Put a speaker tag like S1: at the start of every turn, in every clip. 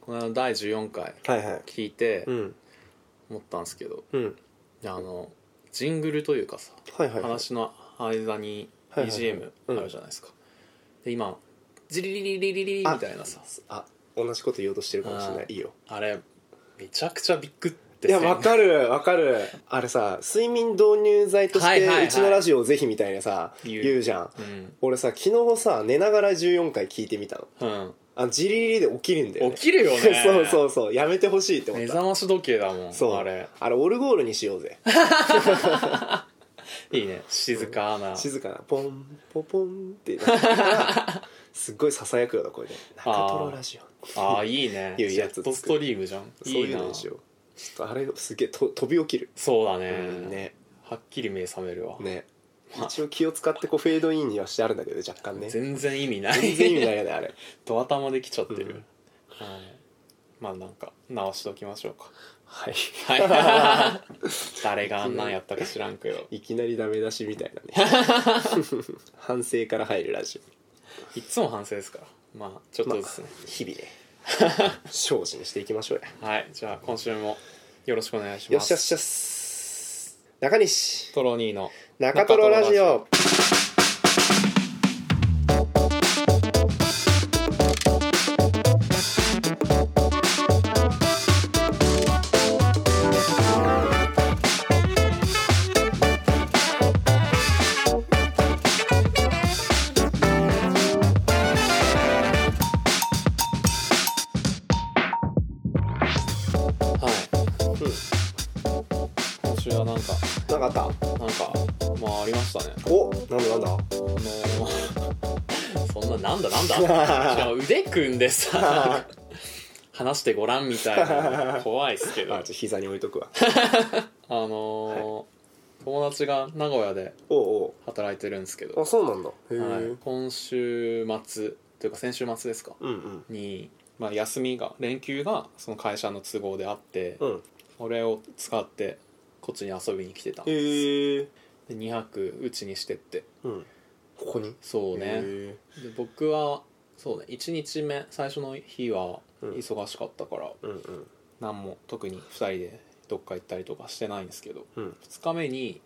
S1: この間の第14回
S2: はいはい
S1: 聞いて
S2: うん
S1: 思ったんですけど、
S2: うん
S1: いやあのジングルというかさ、
S2: はいはいはい
S1: 話の間に
S2: はいはいはい
S1: BGM あるじゃないですか、で今ジリリリリリリみ
S2: あ
S1: たいなさ
S2: あ同じこと言おうとしてるかもしれない
S1: あー
S2: いいよ
S1: あれめちゃくちゃビッグって
S2: いやわかるわかるあれさ睡眠導入剤とし
S1: はいはいは
S2: て
S1: いう
S2: ちのラジオをぜひみたいなさ
S1: 言
S2: 言
S1: う
S2: うじゃん
S1: うん、
S2: 俺さ昨日さ寝ながら14回聞いてみたの
S1: うん、
S2: あのジリリリで起きるんだよね
S1: 起きるよね
S2: そうそうそうやめてほしいって思
S1: 目
S2: った
S1: 覚まし時計だもん
S2: そう
S1: あれ
S2: あれオルゴールにしようぜ
S1: いいね静かな
S2: 静かなポンポポンってなっ てからすっごいささやくような声で「中トロラジオ」
S1: ああいいね
S2: いう
S1: ジェ
S2: や
S1: ッ
S2: つ
S1: トストリームじゃん
S2: そういうのにしようちょっとあれすげえと飛び起きる
S1: そうだね,、
S2: うんね
S1: はっきり目覚めるわ、
S2: ね一応気を使ってこうフェードインにはしてあるんだけど若干ね 全
S1: 全然意味ない
S2: 然意味ないよねあれ
S1: ド頭できちゃってる、
S2: うん
S1: はいまあなんか直しときましょう か
S2: はい
S1: はい誰があんなんやったか知らんけど
S2: いきなりダメ出しみたいなね反省から入るラジ
S1: いっつも反省ですからまあちょ
S2: オ
S1: っとですね、
S2: まあ日々ね精進していきましょうや
S1: はいじゃあ今週もよろしくお願いし
S2: よ
S1: ま
S2: っ
S1: す
S2: しゃよっしゃっす中西
S1: トロニーの
S2: 中トロラジオ
S1: はい、今週はなんか
S2: なんかあ
S1: なんか
S2: った
S1: まあありましたね
S2: おなんだなんだ
S1: あのーそんななんだなん だいや腕組んでさ話してごらんみたいな怖いっすけど
S2: あちょっと膝に置いとくわ
S1: あのー友達が名古屋で
S2: おう
S1: 働いてるんですけ
S2: おう
S1: ど、
S2: あそうなんだへえ、
S1: はい、今週末というか先週末ですか
S2: うんうん
S1: に、まあ、休みが連休がその会社の都合であって、
S2: うん
S1: これを使ってこっちに遊びに来てたんです
S2: へえ
S1: で2泊うちにしてって
S2: うんここに
S1: そうね
S2: へ
S1: で僕はそうね1日目最初の日は
S2: うん
S1: 忙しかったから、
S2: えうんうん
S1: 何も特に2人でどっか行ったりとかしてないんですけど
S2: うん
S1: 2日目に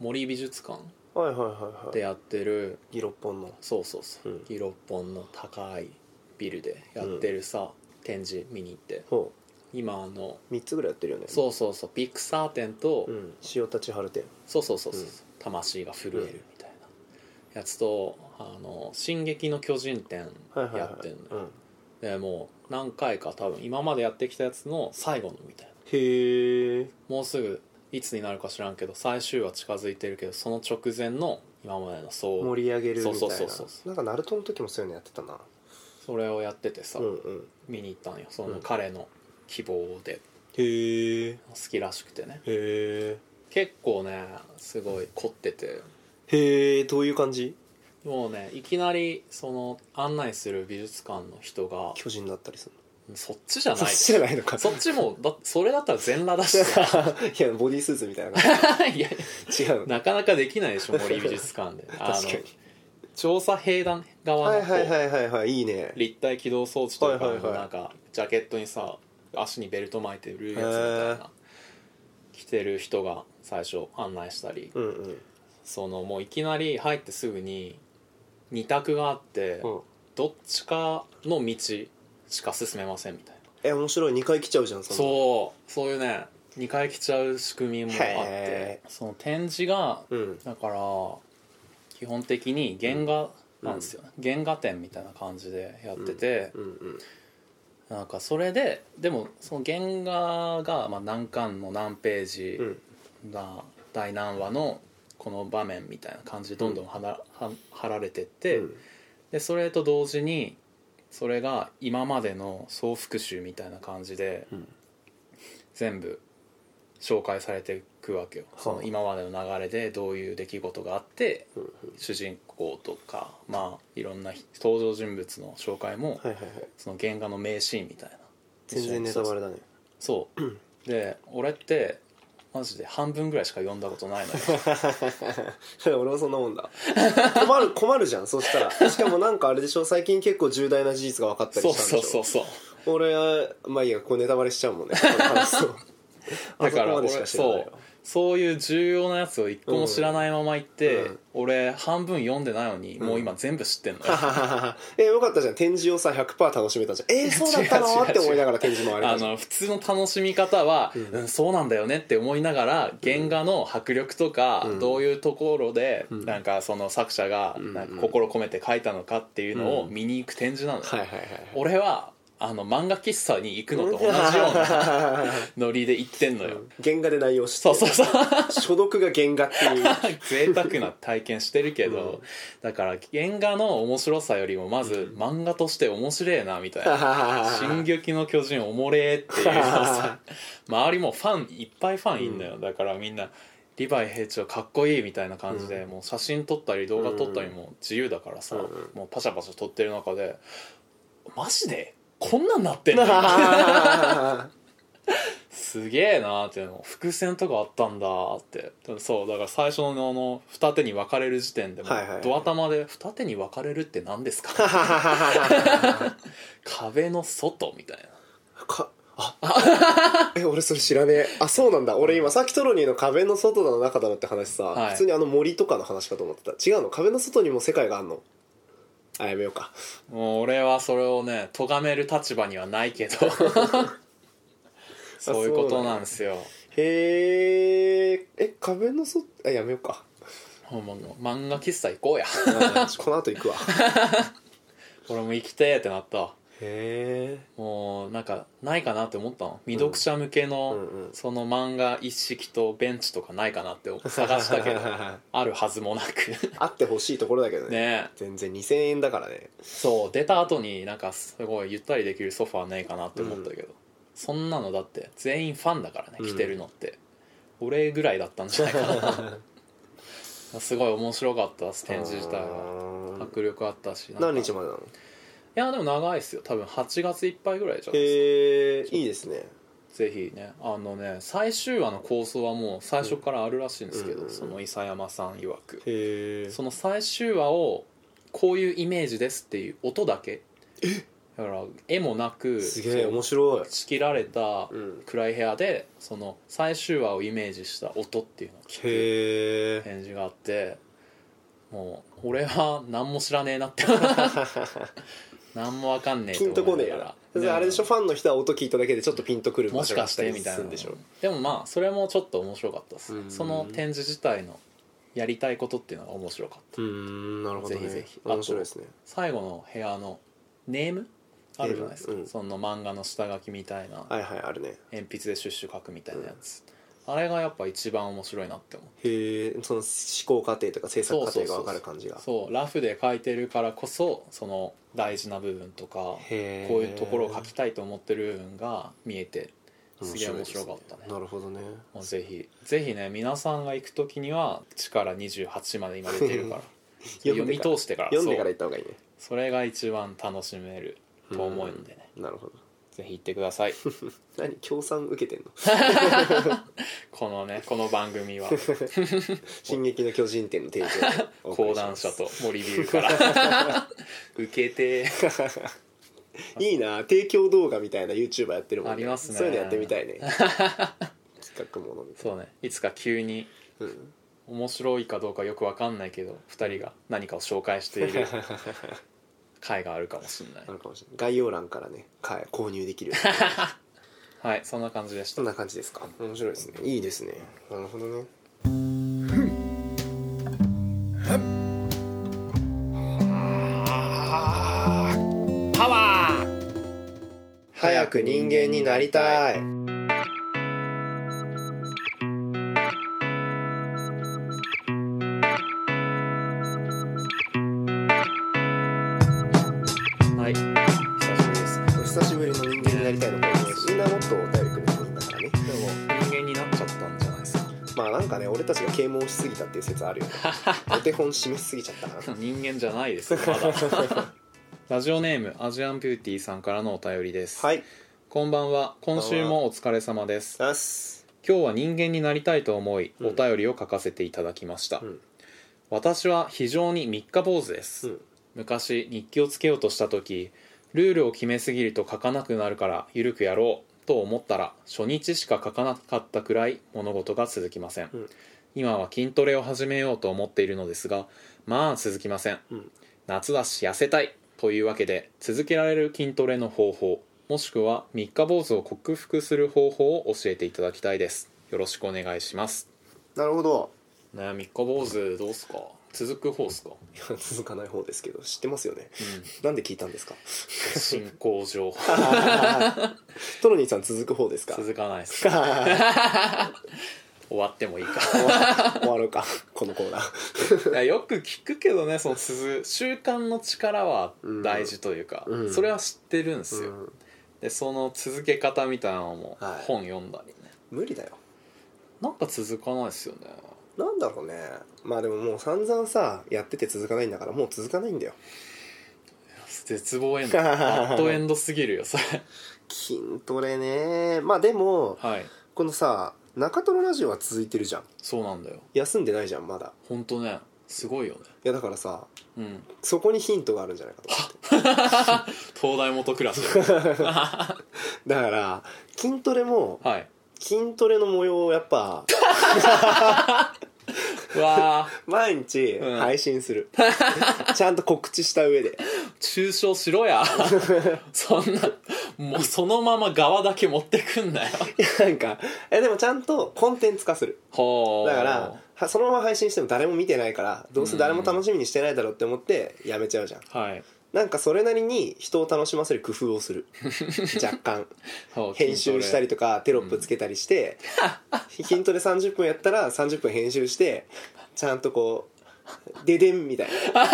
S1: 森美術館
S2: はいはいはいはい
S1: でやってる
S2: ギロッポンの
S1: そうそうそう、
S2: うん
S1: ギロッポンの高いビルでやってるさ、展示見に行って
S2: ほ
S1: 今あの
S2: う3つぐらいやってるよね
S1: そうそうそうピクサー展と、
S2: うん塩立ち春店
S1: そうそうそうそう、
S2: うん
S1: 魂が震えるみたいなやつと「あの進撃の巨人」展
S2: はいはいはい
S1: やってるのよ、
S2: うん
S1: でもう何回か多分今までやってきたやつの最後のみたいな
S2: へえ
S1: もうすぐいつになるか知らんけど最終話近づいてるけどその直前の今までのそう
S2: 盛り上げるみたいな
S1: そうそうそうそ
S2: なんかナルトの時もそういうのやってたな
S1: それをやっててさ、
S2: うんうん
S1: 見に行ったんよそうの
S2: ん
S1: 彼の希望で
S2: へえ
S1: 好きらしくてね
S2: へえ
S1: 結構ねすごい凝ってて
S2: へえどういう感じ
S1: もうねいきなりその案内する美術館の人が
S2: 巨人だったりする
S1: そっちじゃ
S2: の
S1: ない
S2: そっちじゃないのか
S1: そっちもだそれだったら全裸だしさ
S2: いやボディースーツみたいな感
S1: いや
S2: じ違う の
S1: なかなかできないでしょ森美術館であ
S2: 確か
S1: の
S2: に
S1: 調査兵団側
S2: はい
S1: のこ
S2: はいうはいはいはいいいね
S1: 立体起動装置というか
S2: はいはいはい
S1: なんかジャケットにさ足にベルト巻いてるやつみた
S2: へ
S1: い
S2: ー
S1: な着てる人が最初案内したり
S2: うんうん
S1: そのもういきなり入ってすぐに2択があって
S2: うん
S1: どっちかの道しか進めませんみたいな
S2: え面白い2回来ちゃうじゃんそんな
S1: そうそういうね2回来ちゃう仕組みもあって
S2: へ
S1: その展示が
S2: うん
S1: だから基本的に原画なんですよね、原画展みたいな感じでやってて、
S2: うんうん
S1: なんかそれででもその原画が、まあ、何巻の何ペー
S2: う
S1: ジ
S2: ん
S1: が、第何話のこの場面みたいな感じでどんどんはなは貼られてって、
S2: うん
S1: でそれと同時にそれが今までの総復習みたいな感じで
S2: うん
S1: 全部紹介されていくわけよ、
S2: はあ
S1: その今までの流れでどういう出来事があって
S2: うんうん
S1: 主人公とかまあいろんな登場人物の紹介も、
S2: はいはいはい
S1: その原画の名シーンみたいな
S2: 全然ネタバレだね
S1: そう で俺ってマジで半分ぐらいしか読んだことないのよ
S2: 俺もそんなもんだ困る困るじゃんそしたらしかもなんかあれでしょ最近結構重大な事実が分かったり
S1: そう
S2: したん
S1: そ
S2: で
S1: う
S2: し
S1: そ
S2: ょ
S1: うそう
S2: 俺はまあいいやこうネタバレしちゃうもんねこの話そうあ
S1: だ
S2: そ
S1: か
S2: こ
S1: ら
S2: ま
S1: 俺
S2: でしか知らない
S1: そう
S2: よ
S1: そういう重要なやつを一個も知らないまま行って、
S2: うん
S1: 俺半分読んでないのに、もう今全部知 ってんのよ
S2: えよかったじゃん展示をさ100%楽しめたじゃんえー、そうだった
S1: 違う違う
S2: の
S1: 違う
S2: って思いながら展示回れ
S1: あ
S2: たじゃん
S1: の普通の楽しみ方は、うんそうなんだよねって思いながら原画の迫力とか、
S2: うん
S1: どういうところで、
S2: ん
S1: なんかその作者が
S2: ん
S1: なんか心込めて描いたのかっていうのを見に行く展示なのよ、
S2: はいはいはい
S1: 俺はあの漫画喫茶に行くのと同じよう なノリで行ってんのよ、
S2: 原画で内容して
S1: そうそうそう
S2: 所読が原画っていう
S1: 贅 沢な体験してるけど、だから原画の面白さよりもまず漫画として面白えなみたい な「進撃の巨人おもれ」っていうの さ周りもファンいっぱいファンいんだよ、だからみんな「リヴァイ兵長かっこいい」みたいな感じで、もう写真撮ったり動画撮ったりも自由だからさ、
S2: うんうん
S1: もうパシャパシャ撮ってる中で「マジでこんなんな ってんの?」すげえなーっていうの伏線とかあったんだーってそうだから最初のあの二手に分かれる時点でもう
S2: はいはい
S1: ドア玉で二手に分かれるって何ですか 壁の外みたいな
S2: かあえ俺それ知らねえあそうなんだ俺今さっきトロニーの壁の外だの中だのって話さ、
S1: はい
S2: 普通にあの森とかの話かと思ってた違うの壁の外にも世界があんのあやめようか
S1: もう俺はそれをね咎める立場にはない けどそういうことなんですよ
S2: へええ壁の外あやめよ うか
S1: ほんまの漫画喫茶行こうや
S2: うんこの後行くわ
S1: 俺も行きてーってなった
S2: へえ
S1: もうなんかないかなって思ったの未読者向けの、
S2: うんうんうん
S1: その漫画一式とベンチとかないかなって探したけどあるはずもなく
S2: あってほしいところだけどね
S1: ねえ
S2: 全然2000円だからね
S1: そう出た後になんかすごいゆったりできるソファーないかなって思ったけど、そんなのだって全員ファンだからね
S2: うん
S1: 着てるのって、俺ぐらいだったんじゃないか なすごい面白かったです展示自体は
S2: は
S1: 迫力あったしなんか
S2: 何日
S1: い
S2: までなの
S1: やでも長いですよ多分8月いっぱいぐらいじゃないですか
S2: へえいいですね
S1: ぜひねあのね最終話の構想はもう最初からあるらしいんですけど、
S2: うん
S1: その伊佐山さん曰く
S2: へえ
S1: その最終話をこういうイメージですっていう音だけだから絵もなく
S2: すげえ
S1: そう
S2: 面白い
S1: 仕切られた
S2: うん
S1: 暗い部屋でその最終話をイメージした音っていうのを聞く
S2: へえ
S1: 返事があってもう俺は何も知らねえなって 何もわかんねえ
S2: ピンとこねえ
S1: か
S2: やらあれでしょファンの人は音聞いただけでちょっとピンとくる
S1: もしかしてみたい
S2: す
S1: な
S2: るんでしょ
S1: でもまあそれもちょっと面白かったです
S2: うん
S1: その展示自体のやりたいことっていうのが面白かった
S2: うーんなるほどね
S1: ぜひぜひ
S2: 面白いですね
S1: 最後の部屋のネームあるじゃないですか、
S2: ネームうん
S1: その漫画の下書きみたいな
S2: はいはいあるね
S1: 鉛筆でシュッシュ書くみたいなやつ、あれがやっぱ一番面白いなって思う
S2: へえその思考過程とか制作過程が分かる感じが
S1: そうラフで書いてるからこそその大事な部分とか
S2: へえ
S1: こういうところを書きたいと思ってる部分が見えてすげえ面白かったね
S2: 面白いですなるほどね
S1: もうぜひぜひね皆さんが行く時には力28まで今出て るから読み通してから
S2: 読んでか
S1: そ
S2: ら
S1: う
S2: 行った方がいいね
S1: それが一番楽しめると思うんでね
S2: うんなるほど
S1: ぜひ行ってください
S2: 何協賛受けてんの
S1: このねこの番組 は
S2: 「進撃の巨人展」の提供で お送り
S1: 講
S2: しま
S1: 談
S2: す
S1: 社と森ビルから 受けて
S2: いいな提供動画みたいな YouTuber やってるもん、
S1: ありますね
S2: そういうのやってみたいね 企画ものみたい
S1: そうねいつか急に
S2: な、うん、
S1: 面白いかどうかよくわかんないけど2人が何かを紹介している回があるかもしれない
S2: あるかもしれない概要欄からね買え購入で きる
S1: はいそんな感じでした
S2: そんな感じですか面白いですねいいですねなるほどね
S1: パワー
S2: 早く人間になりたい
S1: はい、久しぶりです。
S2: お久しぶりの人間になりたいのコーナーですみんなもっとお便りくれてもいいんだから
S1: で
S2: ね
S1: も人間になっちゃったんじゃないですか。
S2: まあなんかね俺たちが啓蒙しすぎたっていう説あるよ ねお手本示しすぎちゃったな
S1: 人間じゃないですよま だ。ラジオネームアジアンビューティーさんからのお便りです。
S2: はい
S1: こんばんは。今週もお疲れ様です。
S2: あっす
S1: 今日は人間になりたいと思い、
S2: うん
S1: お便りを書かせていただきました。
S2: うん
S1: 私は非常に三日坊主です。
S2: うん
S1: 昔日記をつけようとした時ルールを決めすぎると書かなくなるから緩くやろうと思ったら初日しか書かなかったくらい物事が続きません、
S2: うん
S1: 今は筋トレを始めようと思っているのですがまあ続きません、
S2: うん
S1: 夏だし痩せたいというわけで続けられる筋トレの方法もしくは三日坊主を克服する方法を教えていただきたいですよろしくお願いします
S2: なるほど
S1: ね三日坊主どうすか続く方っすか、
S2: いや続かない方ですけど知ってますよね
S1: うん、
S2: なんで聞いたんですか
S1: 進行上
S2: トロニーさん続く方ですか
S1: 続かないっす
S2: 終わ
S1: 終わってもいい か
S2: 終わろうかこのコーナー
S1: いやよく聞くけどねその続習慣の力は大事というか、
S2: うんうん
S1: それは知ってるんですよ、
S2: うん
S1: でその続け方みたいなのも
S2: はい
S1: 本読んだりね、
S2: 無理だよ
S1: なんか続かないですよね
S2: なんだろうねまあでももう散々さやってて続かないんだからもう続かないんだよ
S1: 絶望エ ンドバッドエンドすぎるよそれ
S2: 筋トレねまあでも
S1: はい
S2: このさ中トロラジオは続いてるじゃん
S1: そうなんだよ
S2: 休んでないじゃんまだ
S1: ほんとねすごいよね
S2: いやだからさ
S1: うん
S2: そこにヒントがあるんじゃないかと思って
S1: 東大元クラ ス
S2: だから筋トレも
S1: はい
S2: 筋トレの模様をやっぱ
S1: うわあ
S2: 毎日
S1: うん
S2: 配信する、ちゃんと告知した上で
S1: 中傷しろ やそんなもうそのまま側だけ持ってくんなよ
S2: いやなんかえでもちゃんとコンテンツ化する
S1: ほう
S2: だからはそのまま配信しても誰も見てないからどうせ誰も楽しみにしてないだろうって思ってやめちゃうじゃん
S1: はい
S2: なんかそれなりに人を楽しませる工夫 をする若干
S1: ほう
S2: 編集したりとかテロップつけたりして、 筋トレ30分やったら30分編集してちゃんとこう「ででん」みたい なや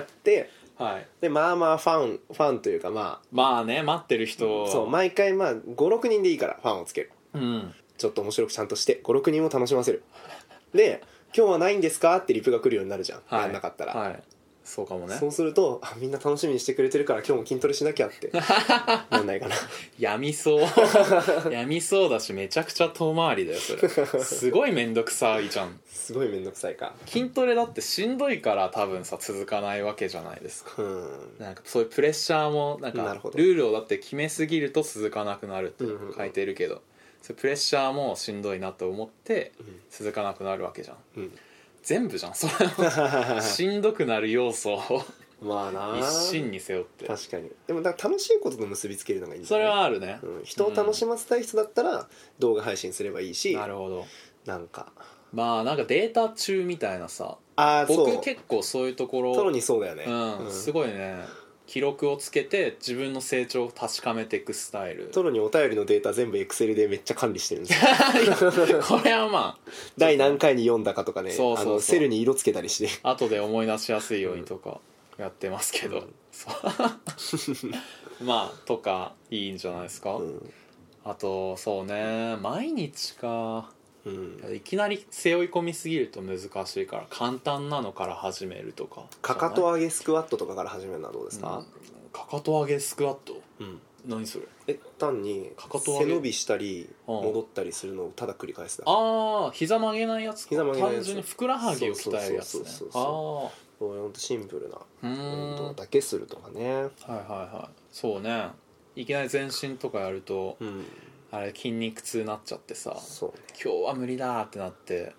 S2: って
S1: はい
S2: でまあまあファンファンというかま
S1: まあね待ってる人
S2: あそう毎回まあ56人でいいからファンをつける
S1: うん
S2: ちょっと面白くちゃんとして56人を楽しませるで「今日はないんですか?」ってリプが来るようになるじゃん、
S1: はい
S2: やんなかったら、
S1: はいそうかもね
S2: そうするとあみんな楽しみにしてくれてるから今日も筋トレしなきゃって なんないかな
S1: やみそう やみそうだしめちゃくちゃ遠回りだよそれすごい面倒くさいじゃん
S2: すごい面倒くさいか
S1: 筋トレだってしんどいから多分さ続かないわけじゃないですか
S2: うん
S1: なんかそういうプレッシャーもなんか
S2: なるほど
S1: ルールをだって決めすぎると続かなくなるって
S2: うんうんうん
S1: 書いてるけど、そういうプレッシャーもしんどいなと思って
S2: ん
S1: 続かなくなるわけじゃん
S2: うん
S1: 全部じゃんそれはしんどくなる要素を
S2: まあな
S1: 一心に背負って
S2: 確かにでもだから楽しいことと結びつけるのがいいんじゃ
S1: そ
S2: な
S1: れ
S2: い
S1: はあるね、
S2: うん、人を楽しませたい人だったら動画配信すればいいし、
S1: なるほど
S2: なんか
S1: まあなんかデータ中みたいなさ
S2: ああそう
S1: 僕結構そういうところ
S2: トロにそうだよね、
S1: うんすごいね記録をつけて自分の成長を確かめていくスタイル
S2: トロにお便りのデータ全部エクセルでめっちゃ管理してる んですよ
S1: これはま
S2: 第何回に読んだかとかね
S1: そうそうそう
S2: あのセルに色つけたりして
S1: あ後で思い出しやすいようにとかやってますけど、
S2: うん
S1: そう まあとかいいんじゃないですか、
S2: うん、
S1: あとそうね毎日か
S2: うん、
S1: いきなり背負い込みすぎると難しいから簡単なのから始めるとか
S2: かかと上げスクワットとかから始めるのはどうで
S1: ですすか、
S2: か、
S1: うんかかと上げスクワット
S2: うん、
S1: 何それ
S2: え単に
S1: かかと上
S2: 背
S1: げ
S2: 伸びしたり
S1: うん
S2: 戻ったりするのをただ繰り返すだけ
S1: ああ膝曲げないやつか
S2: 膝曲げないや
S1: 単
S2: つ
S1: 純にふくらはぎを鍛えるやつね
S2: そうそうそうそう
S1: ああ
S2: そういうほんとシンプルな
S1: う
S2: 運
S1: ーん
S2: 動だけするとかね
S1: はいはいはいそうねいきなり全身とかやると
S2: うん
S1: あれ筋肉痛になっちゃってさ
S2: そうね
S1: 今日は無理だーってなって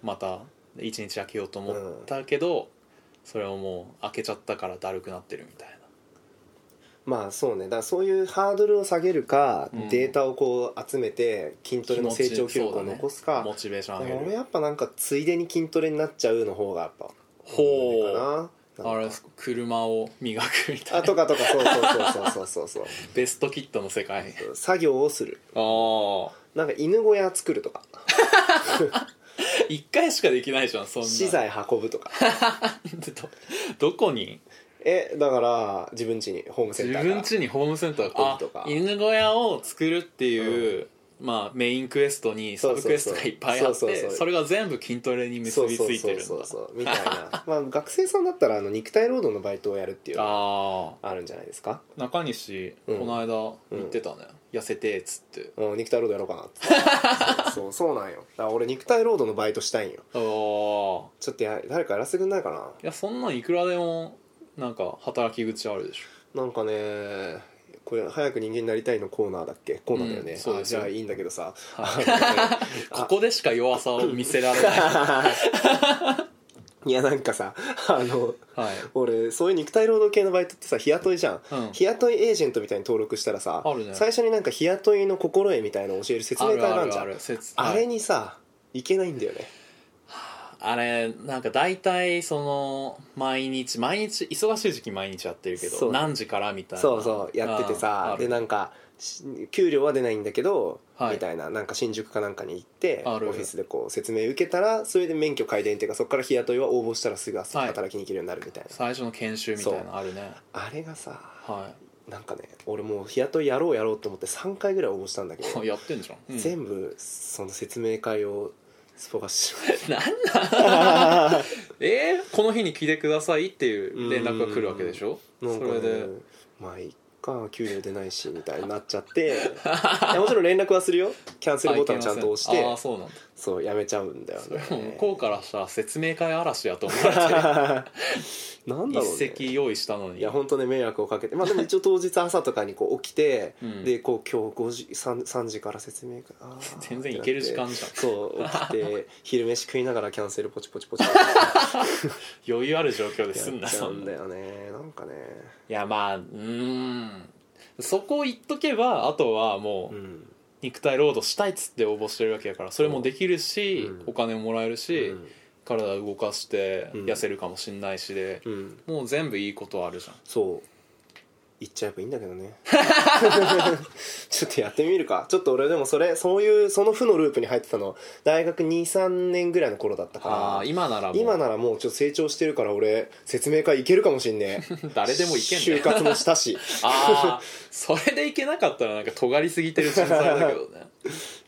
S1: また一日開けようと思ったけど、それをもう開けちゃったからだるくなってるみたい
S2: まあそうねだからそういうハードルを下げるか、
S1: うん
S2: データをこう集めて筋トレの成長記録を残す
S1: な
S2: か、
S1: モチベーション
S2: で
S1: 上げ
S2: も俺
S1: る
S2: やっぱなんかついでに筋トレになっちゃうの方がやっぱ
S1: ほう
S2: う
S1: あれ車を磨くみた
S2: あ
S1: いな
S2: とかとかそうそうそうそうそうそう
S1: ベストキットの世界
S2: そう作業をする
S1: ああ
S2: なんか犬小屋作るとか
S1: 一回しかできないじゃんそんな
S2: 資材運ぶとか
S1: どどこに
S2: えだから自分家にホームセ
S1: 自
S2: ンター
S1: 分
S2: から
S1: 家にホームセンター
S2: 運
S1: あ
S2: ぶとか
S1: 犬小屋を作るっていう、まあ、メインクエストにサブクエストがいっぱいあって
S2: そ
S1: そう
S2: そうそう
S1: れが全部筋トレに結
S2: そう
S1: びつ
S2: そう
S1: い
S2: そ
S1: てるん
S2: う
S1: だ
S2: そうそうみたいなまあ学生さんだったらあの肉体労働のバイトをやるっていうのが
S1: あ
S2: あるんじゃないですか
S1: あ中西、
S2: うん
S1: この間言ってたね、痩せてっつって
S2: うん、肉体労働やろうかなって そうそうなんよだから俺肉体労働のバイトしたいんよ
S1: ああ
S2: ちょっとや誰かやらせてくんないかない
S1: やそんなんいくらでもなんか働き口あるでしょ
S2: なんかねこれ「早く人間になりたい」のコーナーだっけコーナーだよね、
S1: うんそう
S2: あ
S1: です
S2: じ
S1: よ
S2: ゃあいいんだけどさ、
S1: ここでしか弱さを見せられない
S2: いやなんかさあの
S1: はい
S2: 俺そういう肉体労働系のバイトってさ日雇いじゃん、
S1: うん
S2: 日雇いエージェントみたいに登録したらさ
S1: あるね
S2: 最初になんか日雇いの心得みたいなの教える説
S1: あ
S2: 明会
S1: る
S2: があ
S1: あ
S2: るじ
S1: る
S2: ゃん
S1: あ
S2: あ
S1: る説
S2: れにさいけないんだよね
S1: あれなんか大体その毎日毎日忙しい時期毎日やってるけ
S2: そ
S1: ど
S2: う
S1: 何時からみたいな
S2: そうそうやってて
S1: うん
S2: さ
S1: ある
S2: でなんかし給料は出ないんだけど、
S1: はい
S2: みたいななんか新宿かなんかに行ってオ
S1: ある
S2: フィスでこう説明受けたらそれで免許改伝っていうかそこから日雇いは応募したらすぐ働きに行けるようになるみたいな、
S1: 最初の研修みたいなのあるね
S2: あれがさ
S1: は
S2: なんかね俺もう日雇いやろうやろうと思って3回ぐらい応募したんだけど
S1: いやってんじゃん、うん
S2: 全部その説明会をスポがし
S1: なん なん えー、この日に来てくださいっていう連絡が来るわけでしょそ
S2: なんかね
S1: れで
S2: まあいっか給料出ないしみたいになっちゃって いやもちろん連絡はするよキャンセルボタンちゃんと押し
S1: ああ
S2: て
S1: そうなんだ
S2: そうやめちゃうんだよ
S1: それ
S2: ね
S1: も向こうからしたら説明会嵐やと 思わ れて
S2: なんだろう
S1: 一
S2: ね
S1: 席用意したのに
S2: いや本当ね迷惑をかけてまあでも一応当日朝とかにこう起きて、
S1: うん
S2: でこう今日5時 3, 3時から説明会あー
S1: 全然いける時間じゃん
S2: そう起きて昼飯食いながらキャンセルポチポチポチ
S1: 余裕ある状況ですん
S2: や
S1: な
S2: っちゃ
S1: そ
S2: うん
S1: ん
S2: だ
S1: な
S2: よねなんかね
S1: いやまあうーんそこを言っとけばあとはも
S2: う
S1: うん肉体労働したいっつって応募してるわけやからそれもできるし、
S2: うん
S1: お金もらえるし、
S2: うん
S1: 体動かして
S2: うん
S1: 痩せるかもしんないしで、
S2: うん
S1: もう全部いいことあるじゃん
S2: そう言っちゃえばいいんだけどね ちょっとやってみるかちょっと俺でもそれそういうその負のループに入ってたの大学23年ぐらいの頃だった
S1: あ
S2: か
S1: あ
S2: ら
S1: 今ならもう
S2: 今ならもうちょっと成長してるから俺説明会いけるかもしんね え
S1: 誰でもいけんね
S2: 就活もしたし
S1: ああそれでいけなかったらなんか尖りすぎてる人材だけ どね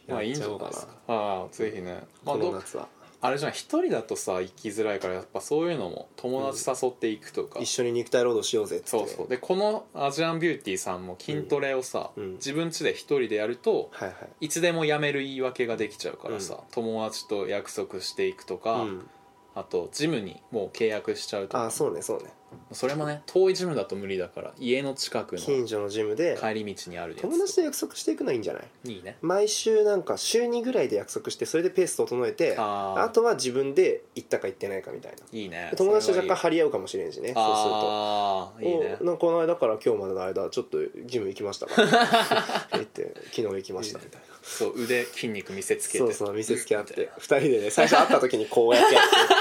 S1: まあいいんじゃないですかああぜひね、ま
S2: こ
S1: あ、
S2: の
S1: ど
S2: 夏は
S1: あれじゃん一人だとさ行きづらいからやっぱそういうのも友達誘っていくとか、
S2: 一緒に肉体労働しようぜっつって
S1: そうそうでこのアジアンビューティーさんも筋トレをさ、
S2: うんうん
S1: 自分家で一人でやると
S2: はいはい
S1: いつでもやめる言い訳ができちゃうからさ、
S2: うん
S1: 友達と約束していくとか、
S2: うん
S1: あとジムにもう契約しちゃうと
S2: あ
S1: か
S2: あそうねそうね
S1: それもね遠いジムだと無理だから家の近くの
S2: 近所のジムで
S1: 帰り道にあるや
S2: 友達と約束していくのはいいんじゃない
S1: ついいね
S2: 毎週なんか週2ぐらいで約束してそれでペース整えて
S1: あー
S2: あとは自分で行ったか行ってないかみたいない
S1: いね
S2: 友達と若
S1: 干
S2: 干張り合うかもしれんしねそうすると。
S1: ああいいね
S2: おなんかこの間から今日までの間ちょっとジム行きましたから 言って昨日行きましたみたいな
S1: そう腕筋肉見せつけて
S2: そうそう見せつけ合って2人でね最初会った時にこうやってやって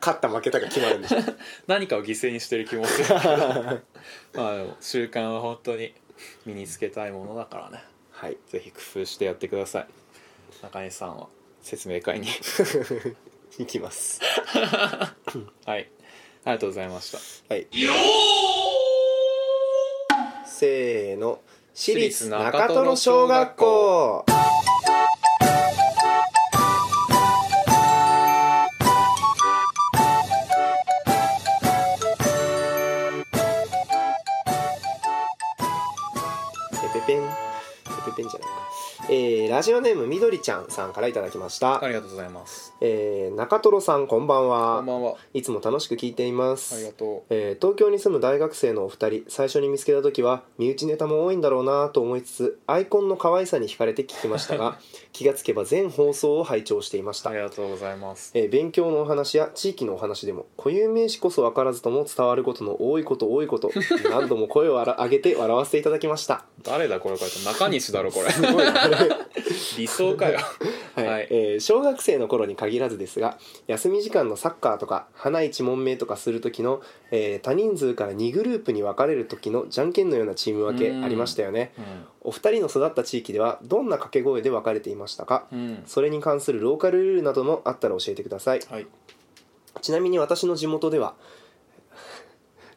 S2: 勝った負けたが決まるんでしょ
S1: 何かを犠牲にしてる気もする けどまあでも習慣は本当に身につけたいものだからね
S2: はい
S1: ぜひ工夫してやってください中西さんは説明 会に
S2: 行きます
S1: はいありがとうございました
S2: はいせーの私立中トロ小学校ペペペンペペペンじゃないかえーラジオネームみどりちゃんさんからいただきました、
S1: ありがとうございます
S2: えー中トロさんこんばんは
S1: こんばんはい
S2: つも楽しく聞いています
S1: ありがとう
S2: えー東京に住む大学生のお二人最初に見つけた時は身内ネタも多いんだろうなと思いつつアイコンの可愛さに惹かれて聞きました が気がつけば全放送を拝聴していました
S1: ありがとうございます
S2: えー勉強のお話や地域のお話でも固有名詞こそ分からずとも伝わることの多いこと多いこと何度も声をあら上げて笑わせていただき ました
S1: 誰だこれこれ中西だろこれ
S2: すごいなこれ
S1: 理想かよ
S2: はい
S1: はい
S2: えー小学生の頃に限らずですが休み時間のサッカーとか花一問目とかする時の、えー多人数から2グループに分かれる時のじゃんけんのようなチーム分け
S1: うん
S2: ありましたよね
S1: うん
S2: お二人の育った地域ではどんな掛け声で分かれていましたか
S1: うん
S2: それに関するローカルルールなどもあったら教えてください
S1: はい
S2: ちなみに私の地元では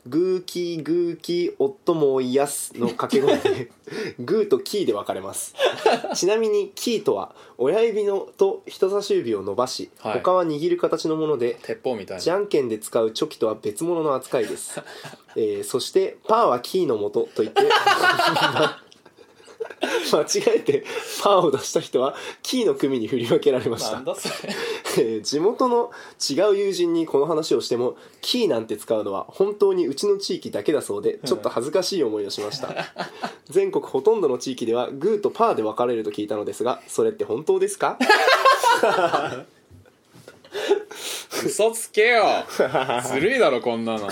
S2: 「グーキーグーキー夫もいやす」の掛け声で グーとキーで分かれますちなみにキーとは親指のと人差し指を伸ばし、
S1: はい
S2: 他は握る形のもので
S1: 鉄砲みたい
S2: じ
S1: な
S2: ゃんけんで使うチョキとは別物の扱 いです、えーそしてパーはキーの元といって間違えてパンを出した人はキーの組に振り分けられまし
S1: な
S2: た
S1: ん、だそれ
S2: えー地元の違う友人にこの話をしてもキーなんて使うのは本当にうちの地域だけだそうでちょっと恥ずかしい思いをしました全国ほとんどの地域ではグーとパーで分かれると聞いたのですがそれって本当ですか
S1: 嘘つけよ ずるいだろこんなの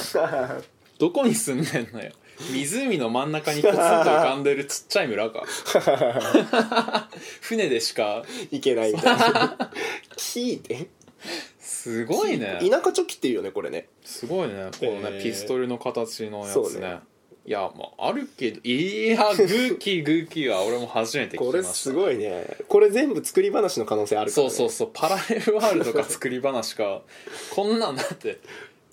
S1: どこに住んでんのよ湖の真ん中にポツンと浮かんでるちっちゃい村 か船でしか
S2: いけないみたいなキーって
S1: すごいね
S2: 田舎チョキっていうよねこれね
S1: すごいねこのね、
S2: えー
S1: ピストルの形のや
S2: そう
S1: つね
S2: ね
S1: いやまああるけどいやグーキーグーキーは俺も初めて聞きま
S2: こ
S1: した
S2: れすごいねこれ全部作り話の可能性あるから、
S1: そう
S2: ね、
S1: そうそうパラレルワールドか作り話かこんなんだって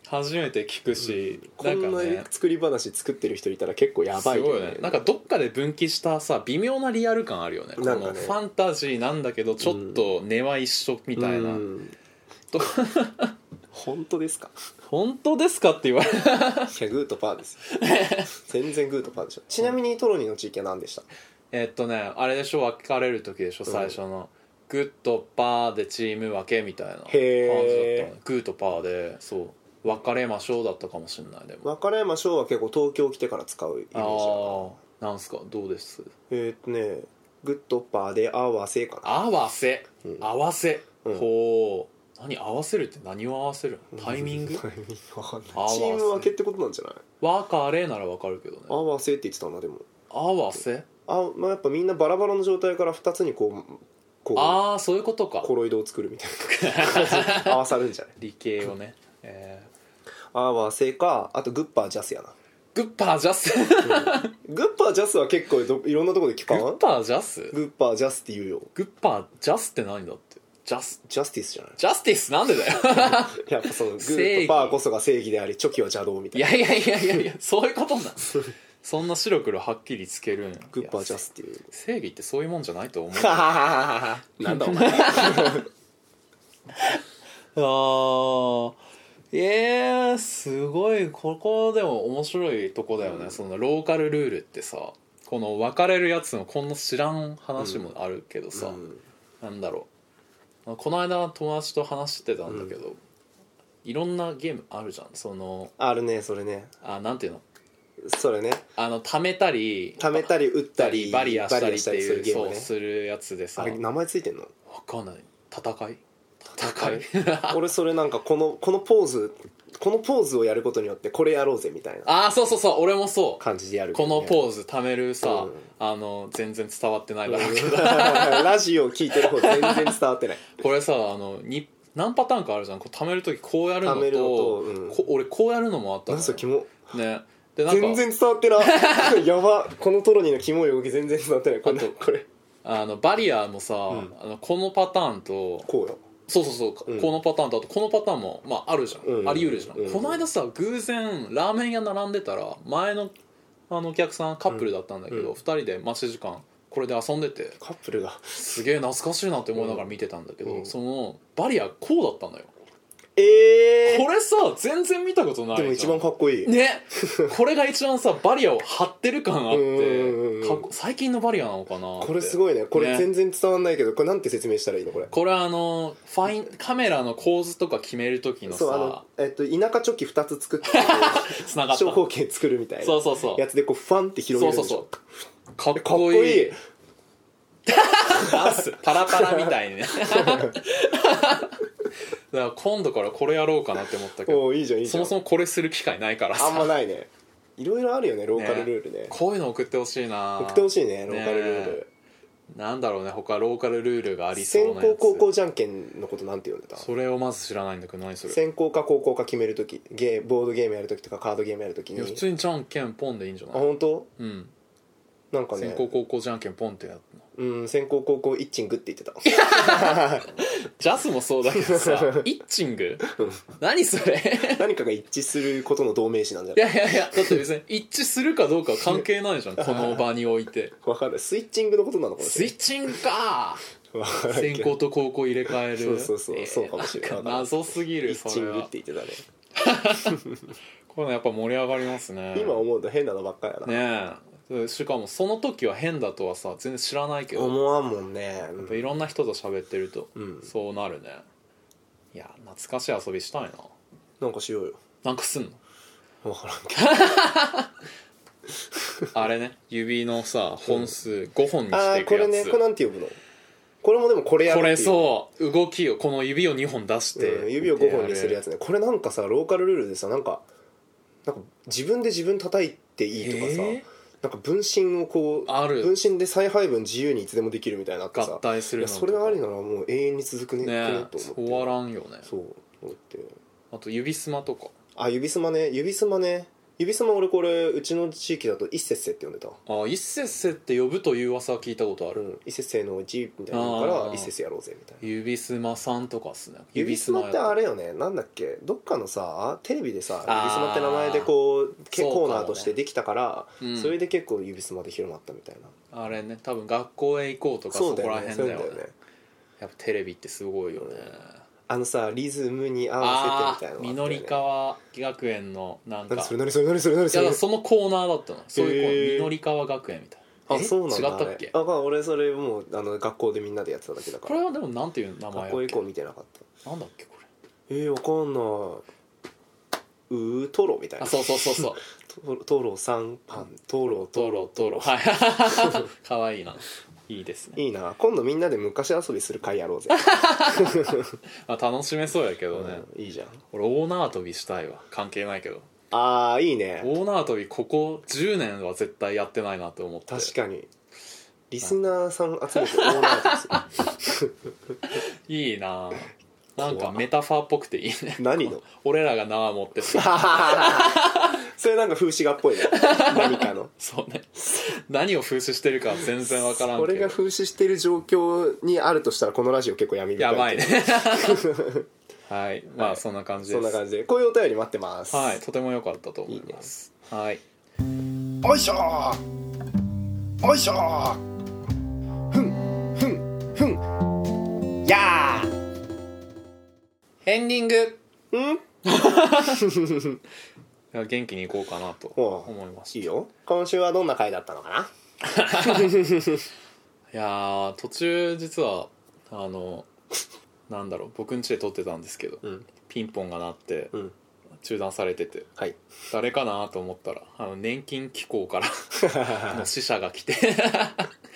S1: 初めて聞くし、
S2: こんな作り話作ってる人いたら結構やばい
S1: す
S2: けど
S1: ごいよねなんかどっかで分岐したさ微妙なリアル感あるよね
S2: なん
S1: こ
S2: か
S1: の
S2: ね
S1: ファンタジーなんだけどちょっと根は一緒みたいな、
S2: うん
S1: と
S2: 本当ですか
S1: 本当ですかって言われる
S2: いやグーとパーです よ全然グーとパーでしょちなみにトロニーの地域は何でした
S1: えっとねあれでしょ分かれる時でしょ
S2: うん
S1: 最初の、グッとパーでチーム分けみたいな感じだったの
S2: へー
S1: ねグーとパーでそう別れましょうだったかもしれないでも
S2: 和歌山省は結構東京来てから使うイメージだな
S1: ああなんすかどうです
S2: えーっとねグッとパーで合わせかな
S1: 合わせ、
S2: うん
S1: 合わせ、
S2: うん
S1: ほう何合わせるって何を合わせるのタイミング
S2: タイミングわかんない
S1: 合わせ
S2: チーム分けってことなんじゃない
S1: 別れならわかるけどね
S2: 合わせって言ってたなでも
S1: 合わせ
S2: あ、まあ、やっぱみんなバラバラの状態から2つにこうこ
S1: ああそういうことか
S2: うコロイドを作るみたいな合わさるんじゃない
S1: 理系をね、え
S2: 合わせかあとグッパージャスやな
S1: ー、グッパージャス
S2: グッパージャスは結構どいろんなところで聞
S1: グ
S2: か
S1: ッ
S2: ん
S1: パージャス
S2: グッパージャスって言うよ
S1: グッパージャスって何だってジャス
S2: ジャスティスじゃない
S1: ジャスティスなんでだよ
S2: やっぱそのグ
S1: 正
S2: ー
S1: 義
S2: とパーこそが正義でありチョキは邪道みた
S1: い
S2: いな
S1: やいやいやいやいやそういうことなんそんな白黒はっきりつけるん
S2: グッパージャ
S1: ス
S2: スっていう
S1: 正義ってそういうもんじゃないと思う
S2: なんだお前
S1: あーえー、すごいここでも面白いとこだよね、
S2: うん
S1: そのローカルルールってさこの別れるやつのこんな知らん話もあるけどさ、
S2: うん
S1: なんだろうこの間友達と話してたんだけど、いろんなゲームあるじゃんその
S2: あるねそれね
S1: あなんていうの
S2: それね
S1: あの貯めたり
S2: 貯めたり打ったり
S1: バリアしたりって
S2: す
S1: い
S2: る
S1: う
S2: ゲー
S1: そ
S2: ム
S1: う
S2: ね
S1: するやつでさ
S2: あ
S1: わ
S2: れ名前ついてんの
S1: かんない戦い戦い
S2: 俺それなんかこのこのポーズこのポーズをやることによってこれやろうぜみたいな
S1: ああそうそうそう俺もそう
S2: 感じでやる
S1: この
S2: ーズ
S1: ポーズ貯めるさ、
S2: うん
S1: あの全然伝わってないだろうけど
S2: ラジオを聞いてる方全然伝わってない
S1: これさあのに何パターンかあるじゃんこう貯める時こうやるのと
S2: 貯めるのとうん
S1: こ俺こうやるのもあった
S2: なん
S1: の
S2: す
S1: よ
S2: かキモ
S1: ねでなんか
S2: 全然伝 わってないやばこのトロニーのキモい動き全然伝わってないこれ
S1: あと
S2: これ
S1: あのバリアもさ、
S2: ん
S1: あのこのパターンと
S2: こうよ
S1: そうそうそう、
S2: うん
S1: このパターンとあとこのパターンも、まあ、あるじゃん、
S2: うん
S1: あり得るじゃん、
S2: うん
S1: この間さ偶然ラーメン屋並んでたら前のあのお客さんカップルだったんだけ
S2: うん
S1: ど、二人で待ち時間これで遊んでて
S2: カップルが
S1: すげえ懐かしいなって思いながら見てたんだけど、
S2: うん
S1: そのバリアこうだったのよ、
S2: ええ
S1: これさ全然見たことない
S2: でも
S1: じ
S2: 一
S1: ゃん
S2: 番かっこいい、
S1: ねこれが一番さバリアを張ってる感あっ
S2: うんうんうんう
S1: て
S2: ん
S1: かっこ最近のバリアなのかなって
S2: これすごいねこれ
S1: ね
S2: 全然伝わんないけどこれなんて説明したらいいのこれ
S1: これはあのファインカメラの構図とか決める時の
S2: そうあの
S1: さ
S2: えっと田舎チョキ2 つ作って
S1: つながった
S2: 長方形作るみたいな
S1: そうそうそう
S2: やつでこうファンって広げるんでしょ
S1: そうかっ
S2: かっこ
S1: こ
S2: いい
S1: いいダン スパラパラみたいにねだから今度からこれやろうかなって思ったけ
S2: お
S1: ど
S2: おいいじゃんいいじ
S1: そ
S2: ゃん
S1: もそもこれする機会ないから
S2: あんま
S1: さ
S2: ないねいろいろあるよねローカルルールね
S1: こういうの送ってほしいな
S2: 送ってほしいねローカルルー
S1: ね
S2: ル、
S1: なんだろうね他ローカルルールがありそう
S2: 先
S1: なや
S2: 行
S1: つ
S2: 高校じゃんけんのことなんて呼んでた
S1: それをまず知らないんだけど何それ
S2: 先行か高校か決めるときゲーボードゲームやるときとかカードゲームやるとき
S1: い
S2: に
S1: や
S2: あ
S1: 普通にじゃんけんポンでいいんじゃない
S2: 本当
S1: うん
S2: なんか
S1: 先
S2: ね
S1: 行高校じゃんけんポンってやっ
S2: うん先行高校一チングって言ってた
S1: ジャスもそうだけ どさイッチング何それ
S2: 何かが一致することの同名詞なんじゃ
S1: い
S2: ない
S1: やいやいやだって別に一致するかどうかは関係ないじゃんこの場において
S2: わかるスイッチングのことなのかもし
S1: スイ
S2: れ
S1: ッチング か
S2: ないわからんけ
S1: 先
S2: ど
S1: 行と高校入れ替える
S2: そうそうそうそうかも しれない
S1: んか謎すぎる
S2: 一チ
S1: それ
S2: ングっ
S1: は
S2: て言ってたね
S1: こういうのやっぱ盛り上がりますね
S2: 今思うと変なのばっかりやな
S1: ねえうんしかもその時は変だとはさ全然知らないけどや
S2: 思わんもんね
S1: っぱいろんな人と喋ってると
S2: うん
S1: そうなるねいや懐かしい遊びしたいな
S2: なんかしようよ
S1: なんかすんの
S2: 分からんけ
S1: あれね指のさ本数5本に
S2: どあ
S1: してい
S2: ー
S1: く
S2: こ
S1: や
S2: れね
S1: つ
S2: これなんて呼ぶのこれもでもこれやる
S1: こ
S2: ってい
S1: れ
S2: う
S1: そう動きをこの指を2本出して、
S2: うん指を5本にするやつねこれなんかさローカルルールでさなんかなんか自分で自分叩いていいとかさ、
S1: え
S2: なんか分身をこう
S1: ある
S2: 分身で再配分自由にいつでもできるみたいになって
S1: 合
S2: さ
S1: 体す
S2: い
S1: る
S2: や
S1: の
S2: それありならもう永遠に続くね
S1: ね
S2: と
S1: 終
S2: 思
S1: わ
S2: って
S1: らんよね
S2: そう思って
S1: あと指すまとか
S2: あ指すまね指すまね指すま俺これうちの地域だと一節生って呼んでた
S1: あ一せっせって呼ぶという噂は聞いたことあ
S2: う
S1: る、
S2: ん一節生の1みたいなのか
S1: あー
S2: ら一節生やろうぜみたいな
S1: 指すまさんとかっすね
S2: 指すまって
S1: や
S2: あれよねなんだっけどっかのさテレビでさ
S1: あー
S2: 指すまって名前でこうけ
S1: そうかも
S2: コー
S1: ね
S2: ナーとしてできたから
S1: うん
S2: それで結構指すまで広まったみたいな
S1: あれね多分学校へ行こうとか
S2: そ
S1: そう
S2: だ
S1: こら
S2: よね
S1: 辺
S2: そ
S1: だ
S2: う
S1: よ
S2: だ
S1: ね
S2: よね
S1: やっぱテレビってすごいよね、
S2: あのさリズムに合わ
S1: あ
S2: せてみたい
S1: あ
S2: な
S1: みの
S2: のがあったよね
S1: りかわ学園のなんか
S2: 何それ何それ何それ何
S1: いや
S2: そ
S1: だ
S2: れ
S1: からそのコーナーだったのそういうコーナー
S2: へー
S1: みのりかわ学園みたいな
S2: あ
S1: え
S2: そうなんだ
S1: 違ったっけ
S2: あれあまあ俺それもうあの学校でみんなでやってただけだか
S1: こ
S2: ら
S1: れはでもなんていう名前
S2: 学
S1: や
S2: 校
S1: っ
S2: 以降見てなかった
S1: けなんだっけこれ
S2: えー、わかんないウートロみたい
S1: あ
S2: な
S1: そうそうそう そう
S2: トロトロさんパントロ
S1: ト
S2: トロ
S1: ロトロ はいかわいいないいですね、
S2: いいな今度みんなで昔遊びする会やろうぜ、
S1: まあ、楽しめそうやけどね、
S2: うんいいじゃん
S1: 俺大縄跳びしたいわ関係ないけど
S2: あーいいね
S1: 大縄跳びここ10年は絶対やってないなと思って
S2: 確かにリスナーさん集めてオーナ ーですよ
S1: いい なぁなんかメタファーっぽくていいね
S2: 何の
S1: 俺らが縄持ってさ
S2: それなんか風刺画っぽいね何かの
S1: そうね何を風刺してるかは全然わからん
S2: こ
S1: け
S2: れが
S1: ど
S2: 風刺してる状況にあるとしたらこのラジオ結構闇みた
S1: や
S2: い
S1: ばいね はいまあそんな感じで
S2: そんな
S1: す
S2: 感じでこういうお便り待ってます
S1: はいとても良かったと思いますはい
S2: おいしょーおいしょーふんふんふんやー
S1: エンディング
S2: うん
S1: いや元気にいこうかなと
S2: おう
S1: 思いました
S2: いいよ今週はどんな回だったのかない
S1: やー途中実はあのなんだろう僕ん家で撮ってたんですけど、
S2: うん
S1: ピンポンが鳴って
S2: うん
S1: 中断されてて
S2: はい
S1: 誰かなと思ったらあの年金機構からの死者が来 て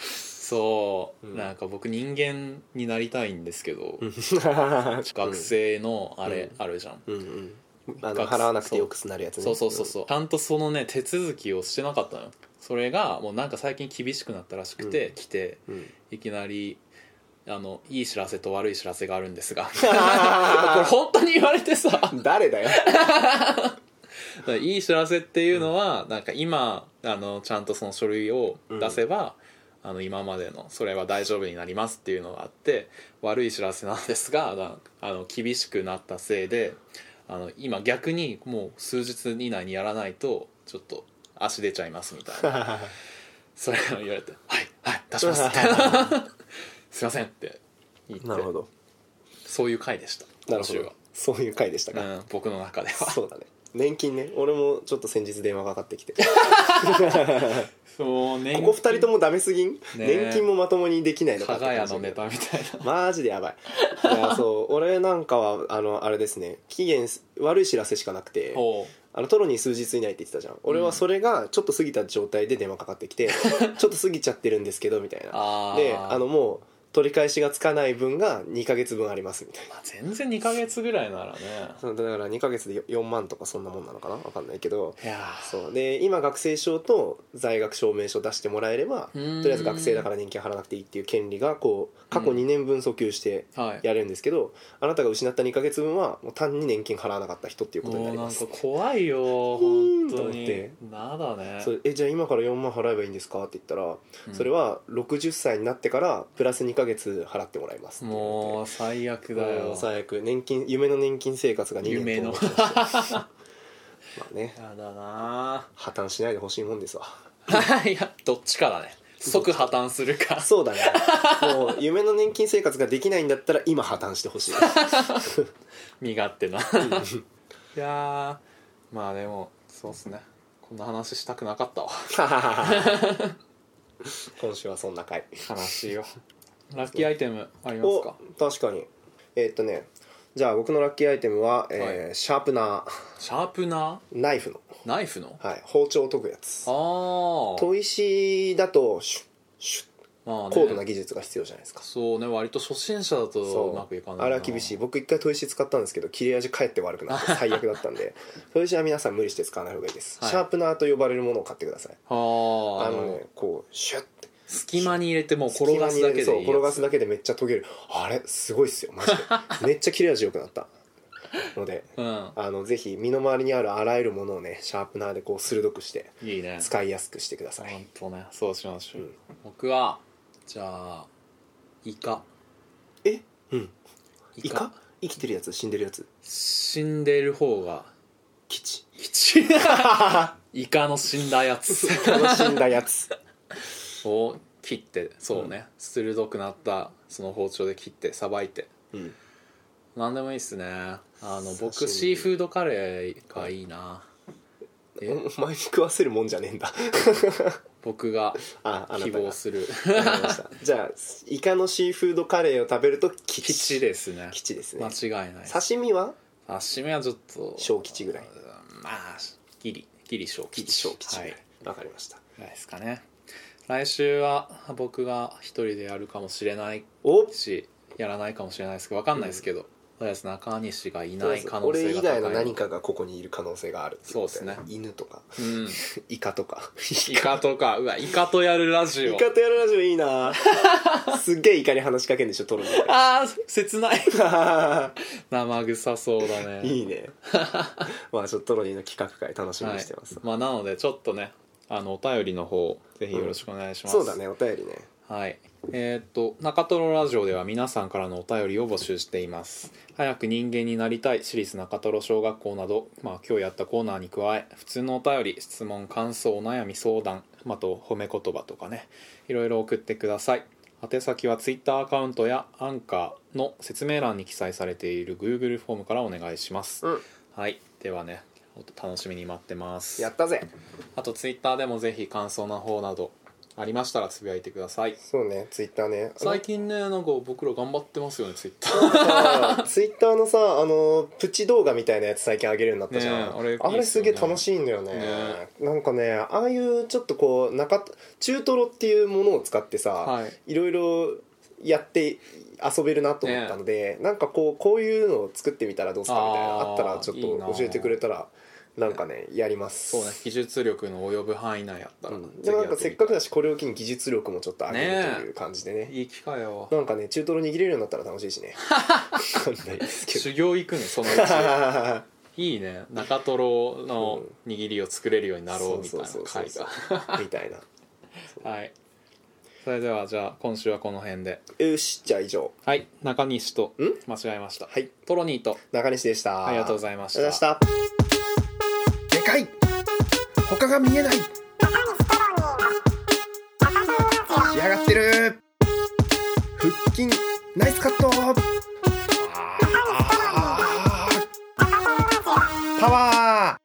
S1: そう、
S2: うん
S1: なんか僕人間になりたいんですけど、 学
S2: 学
S1: 生のあれ
S2: う
S1: あるじゃん、
S2: うんうんあの
S1: 学
S2: 払わなくてよくなるやつね
S1: そうそうそうそうちゃんとそのね手続きをしてなかったのよそれがもうなんか最近厳しくなったらしくて、
S2: うん
S1: 来て
S2: うんうん
S1: いきなりあの「いい知らせと悪い知らせがあるんですが」これ
S2: あ
S1: 本当に言われてさ
S2: ー 誰だよ
S1: いい知らせっていうのは、なんか今あのちゃんとその書類を出せば、あの今までのそれは大丈夫になりますっていうのがあって悪い知らせなんですがなあの厳しくなったせいであの今逆にもう数日以内にやらないとちょっと足出ちゃいますみたい なそれを言われて「はいはい出します」って「すいません」って言って
S2: なるほど
S1: そういう回でした今
S2: なるほ
S1: 週は
S2: ど、そういう回でした
S1: う
S2: か
S1: ん、僕の中では
S2: そうだね年金ね俺もちょっと先日電話がかかってきて
S1: そうね
S2: ここ2人ともダメすぎん、
S1: え
S2: 年金もまともにできないの
S1: 加
S2: かって
S1: 賀
S2: 感
S1: 屋
S2: じ
S1: のネタみたいな
S2: マジでやばいい やそう俺なんかはあのあれですね期限す悪い知らせしかなくて
S1: ほ
S2: あのトロに数日以内って言ってたじゃん俺はそれがちょっと過ぎた状態で電話かかっ てきて、ちょっと過ぎちゃってるんですけどみたいな
S1: あー
S2: であのもう取り返しがつかない分が2ヶ月分ありますみたいな
S1: まあ全然2ヶ月ぐらいならね
S2: そうだから2ヶ月でよ4万とかそんなもんなのかな分かんないけど
S1: いやー
S2: そうで今学生証と在学証明書出してもらえれば
S1: う
S2: と
S1: ーん
S2: りあえず学生だから年金払わなくていいっていう権利がこう過去2年分訴求して
S1: はい
S2: やれるんですけど、あなたが失った2ヶ月分はもう単に年金払わなかった人っていうことにな
S1: もう
S2: り
S1: な
S2: ま
S1: ん
S2: す
S1: か怖いよ本
S2: うーんと
S1: 当
S2: 思っ
S1: に
S2: て
S1: なだね
S2: そうえじゃあ今から4万払えばいいんですかって言ったら、
S1: うん
S2: それは60歳になってからプラス2ヶ月払ってもらいますって言われて
S1: もう最悪だ
S2: も
S1: よ
S2: う最悪年金夢の年金生活が2
S1: 夢
S2: 年
S1: の
S2: と思ってました まあね
S1: やだ な
S2: 破綻しないでほしいもんですわ
S1: ーいやどっちかだね即破綻するか
S2: そうだねもう夢の年金生活ができないんだったら今破綻してほしい
S1: 身勝手ないやーまあでもそうっすねここんな話したくなかったわ
S2: 今週はそんな回
S1: 悲しいよラッキーアイテムあります
S2: お
S1: か
S2: 確かにえーっとねじゃあ僕のラッキーアイテムは、えーシャープナー
S1: シャープナ
S2: ナイフの、
S1: ーナイフの
S2: はい、包丁を研ぐやつ
S1: あ
S2: 砥石だとシュッシュッ
S1: あ、まあね
S2: 高度な技術が必要じゃないですか
S1: そうね割と初心者だとうまくいかないな
S2: あれは厳しい僕一回砥石使ったんですけど切れ味かえって悪く なって最悪だったんで砥石は皆さん無理して使わない方がいいです、
S1: はい
S2: シャープナーと呼ばれるものを買ってください
S1: あ
S2: あ
S1: ーあの
S2: のねこうシュッて
S1: 隙間に入れてもう転がすだけでいい
S2: 隙間
S1: や
S2: に
S1: つ
S2: そう転がすだけでめっちゃ研げるあれすごいっすよマジでめっちゃ切れ味良くなったので
S1: うん
S2: あのぜひ身の回りにあるあらゆるものをねシャープナーでこう鋭くして
S1: いいね
S2: 使いやすくしてください
S1: 本当ねそうしましょう、
S2: うん
S1: 僕はじゃあイカ
S2: えうん
S1: イ
S2: イカ生きてるやつ死んでるやつ
S1: 死んでる方が
S2: 基地
S1: 吉 イカの死んだやつ
S2: 死んだやつ
S1: を切ってそうね、鋭くなったその包丁で切ってさばいて
S2: うん
S1: 何でもいいっすねあの
S2: 刺
S1: 僕
S2: 身
S1: シーフードカレーがいいな、
S2: お前
S1: え
S2: に食わせるもんじゃねえんだ
S1: 僕が
S2: ああな
S1: 希
S2: たが
S1: 望する
S2: わかりましたじゃあイカのシーフードカレーを食べると基地
S1: 吉ですね
S2: 基地ですね
S1: 間違いないです
S2: 刺身は
S1: 刺身はちょっと
S2: 小吉ぐらい
S1: うんまあギリギリ小
S2: 基
S1: 吉
S2: 地小基地
S1: は
S2: わ、
S1: い、
S2: かりました
S1: ぐらいですかね来週は僕が一人でやるかもしれない
S2: お
S1: しやらないかもしれないですけどわかんないですけど、とりあえず中西がいない可能
S2: 俺
S1: 性が
S2: 以
S1: 高い
S2: 外の何かがここにいる可能性があるっていことだよ
S1: そうっ
S2: 犬とか
S1: うん
S2: イカとか
S1: イカとかうわイカとやるラジ
S2: イ
S1: オ
S2: カとやるラジオい いなすっげえイカに話しかけんでしょトロに
S1: あー切ない 生臭そうだね
S2: いい ねまあちょっとトロニーの企画会楽しみ
S1: は
S2: に
S1: い
S2: してます、
S1: まあ、なのでちょっとねあのお便りの方ぜひよろしくお願いします、
S2: そうだねお便りね
S1: はい。えーっと、中トロラジオでは皆さんからのお便りを募集しています。早く人間になりたい、私立中トロ小学校など、まあ今日やったコーナーに加え、普通のお便り、質問、感想、お悩み、相談、また褒め言葉とかね、いろいろ送ってください。宛先は Twitter アカウントやアンカーの説明欄に記載されている Google フォームからお願いします。
S2: うん
S1: はい。ではね、お楽しみに待ってます。
S2: やったぜ
S1: あとツイッターでもぜひ感想の方などありましたらつぶやいてください
S2: そうねツイッターね
S1: 最近ねなんか僕ら頑張ってますよねツイッター
S2: ツイッターのさあのプチ動画みたいなやつ最近上げるようになったじゃん、
S1: ねえあれいいっすよ
S2: あ
S1: ね
S2: れすげえ楽しいんだよね
S1: ね
S2: なんかねああいうちょっとこう中中トロっていうものを使ってさ、
S1: はい
S2: いろいろやって遊べるなと思ったので、なんかこうこういうのを作ってみたらどうすかみたいな
S1: あー
S2: あったらちょっ
S1: いいな
S2: と教えてくれたらなんかねやります
S1: そうね技術力の及ぶ範囲内やったら、
S2: うんでもなんかせっかくだしこれを機に技術力もちょっと上げるという感じでね
S1: いい機会を
S2: なんかね中トロ握れるようになったら楽しいし ねわかんないですけど
S1: 修行行くね そのうちいいね中トロの握りを作れるようになろうみたいな
S2: そうそう
S1: 会
S2: そう
S1: が
S2: そうみたいな
S1: はいそれではじゃあ今週はこの辺で
S2: よしじゃあ以上
S1: はい中西と
S2: ん
S1: 間違えました
S2: はい
S1: トロニーと
S2: 中西でした
S1: ありがとうございまし
S2: ありが
S1: た
S2: とうございましたでかい他が見えない仕上がってる腹筋ナイスカットあーパワー